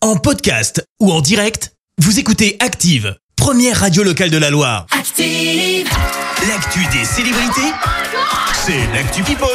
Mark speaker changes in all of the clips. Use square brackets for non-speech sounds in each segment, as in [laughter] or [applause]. Speaker 1: En podcast ou en direct, vous écoutez Active, première radio locale de la Loire.
Speaker 2: Active,
Speaker 1: L'actu des célébrités, c'est l'actu People.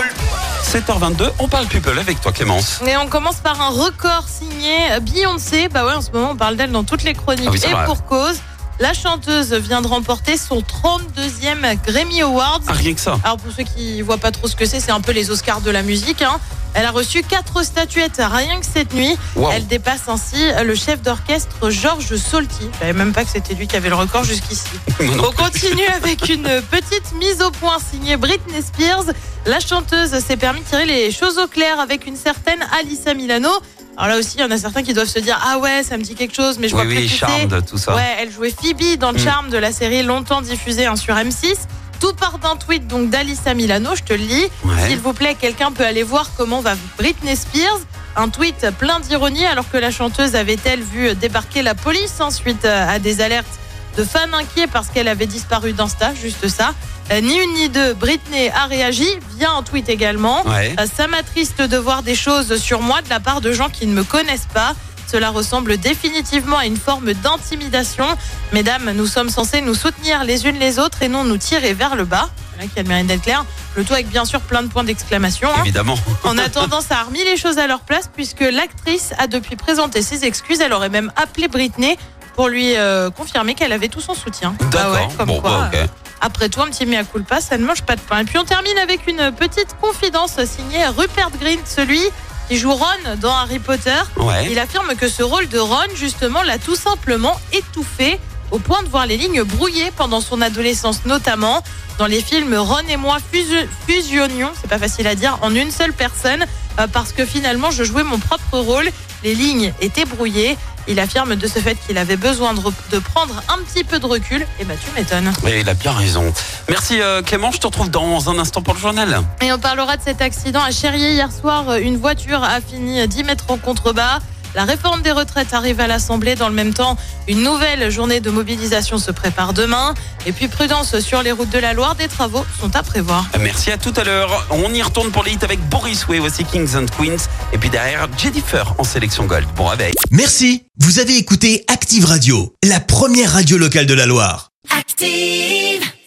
Speaker 3: 7h22, on parle people avec toi Clémence.
Speaker 4: Et on commence par un record signé Beyoncé. Bah ouais, en ce moment, on parle d'elle dans toutes les chroniques.
Speaker 3: Ah oui, c'est
Speaker 4: et
Speaker 3: vrai.
Speaker 4: pour cause, la chanteuse vient de remporter son 32e Grammy Awards.
Speaker 3: Ah, rien que ça.
Speaker 4: Alors pour ceux qui voient pas trop ce que c'est, c'est un peu les Oscars de la musique. hein. Elle a reçu quatre statuettes rien que cette nuit.
Speaker 3: Wow.
Speaker 4: Elle dépasse ainsi le chef d'orchestre Georges Solti. Je savais même pas que c'était lui qui avait le record jusqu'ici.
Speaker 3: [laughs] Non, non.
Speaker 4: On continue avec une petite mise au point signée Britney Spears. La chanteuse s'est permis de tirer les choses au clair avec une certaine Alissa Milano. Alors là aussi, il y en a certains qui doivent se dire Ah ouais, ça me dit quelque chose, mais je
Speaker 3: Oui,
Speaker 4: vois plus
Speaker 3: oui,
Speaker 4: qui c'est.
Speaker 3: Charmed, tout ça.
Speaker 4: Ouais, elle jouait Phoebe dans
Speaker 3: Mm.
Speaker 4: Charm de la série longtemps diffusée hein, sur M6. Tout part d'un tweet donc d'Alissa Milano, je te le lis.
Speaker 3: Ouais.
Speaker 4: S'il vous plaît, quelqu'un peut aller voir comment va Britney Spears. Un tweet plein d'ironie alors que la chanteuse avait-elle vu débarquer la police hein, suite euh, à des alertes de fans inquiets parce qu'elle avait disparu d'Insta, juste ça. Euh, Ni une ni deux, Britney a réagi via un tweet également.
Speaker 3: Ouais.
Speaker 4: Euh, Ça m'attriste de voir des choses sur moi de la part de gens qui ne me connaissent pas. Cela ressemble définitivement à une forme d'intimidation. Mesdames, nous sommes censés nous soutenir les unes les autres et non nous tirer vers le bas. Voilà qui a le mérite d'être clair. Le tout avec bien sûr plein de points d'exclamation. hein.
Speaker 3: Évidemment.
Speaker 4: En attendant, ça a remis les choses à leur place puisque l'actrice a depuis présenté ses excuses. Elle aurait même appelé Britney pour lui euh, confirmer qu'elle avait tout son soutien. Bah
Speaker 3: D'accord.
Speaker 4: ouais, comme
Speaker 3: bon,
Speaker 4: quoi,
Speaker 3: bah, ok.
Speaker 4: après tout, un petit mea culpa, ça ne mange pas de pain. Et puis on termine avec une petite confidence signée Rupert Grint, celui qui joue Ron dans Harry Potter.
Speaker 3: Ouais.
Speaker 4: Il affirme que ce rôle de Ron, justement, l'a tout simplement étouffé au point de voir les lignes brouillées pendant son adolescence notamment. Dans les films, Ron et moi fusi- fusionnions, c'est pas facile à dire, en une seule personne, euh, parce que finalement je jouais mon propre rôle, les lignes étaient brouillées. Il affirme de ce fait qu'il avait besoin de, re- de prendre un petit peu de recul. Et bah tu m'étonnes.
Speaker 3: Et il a bien raison. Merci euh, Clémence, je te retrouve dans un instant pour le journal.
Speaker 4: Et on parlera de cet accident à Chérié hier soir. Une voiture a fini 10 mètres en contrebas. La réforme des retraites arrive à l'Assemblée. Dans le même temps, une nouvelle journée de mobilisation se prépare demain. Et puis prudence sur les routes de la Loire, des travaux sont à prévoir.
Speaker 3: Merci à tout à l'heure. On y retourne pour les hits avec Boris Way, voici Kings and Queens. Et puis derrière, Jennifer en sélection gold. Bon réveil.
Speaker 1: Merci, vous avez écouté Active Radio, la première radio locale de la Loire.
Speaker 2: active.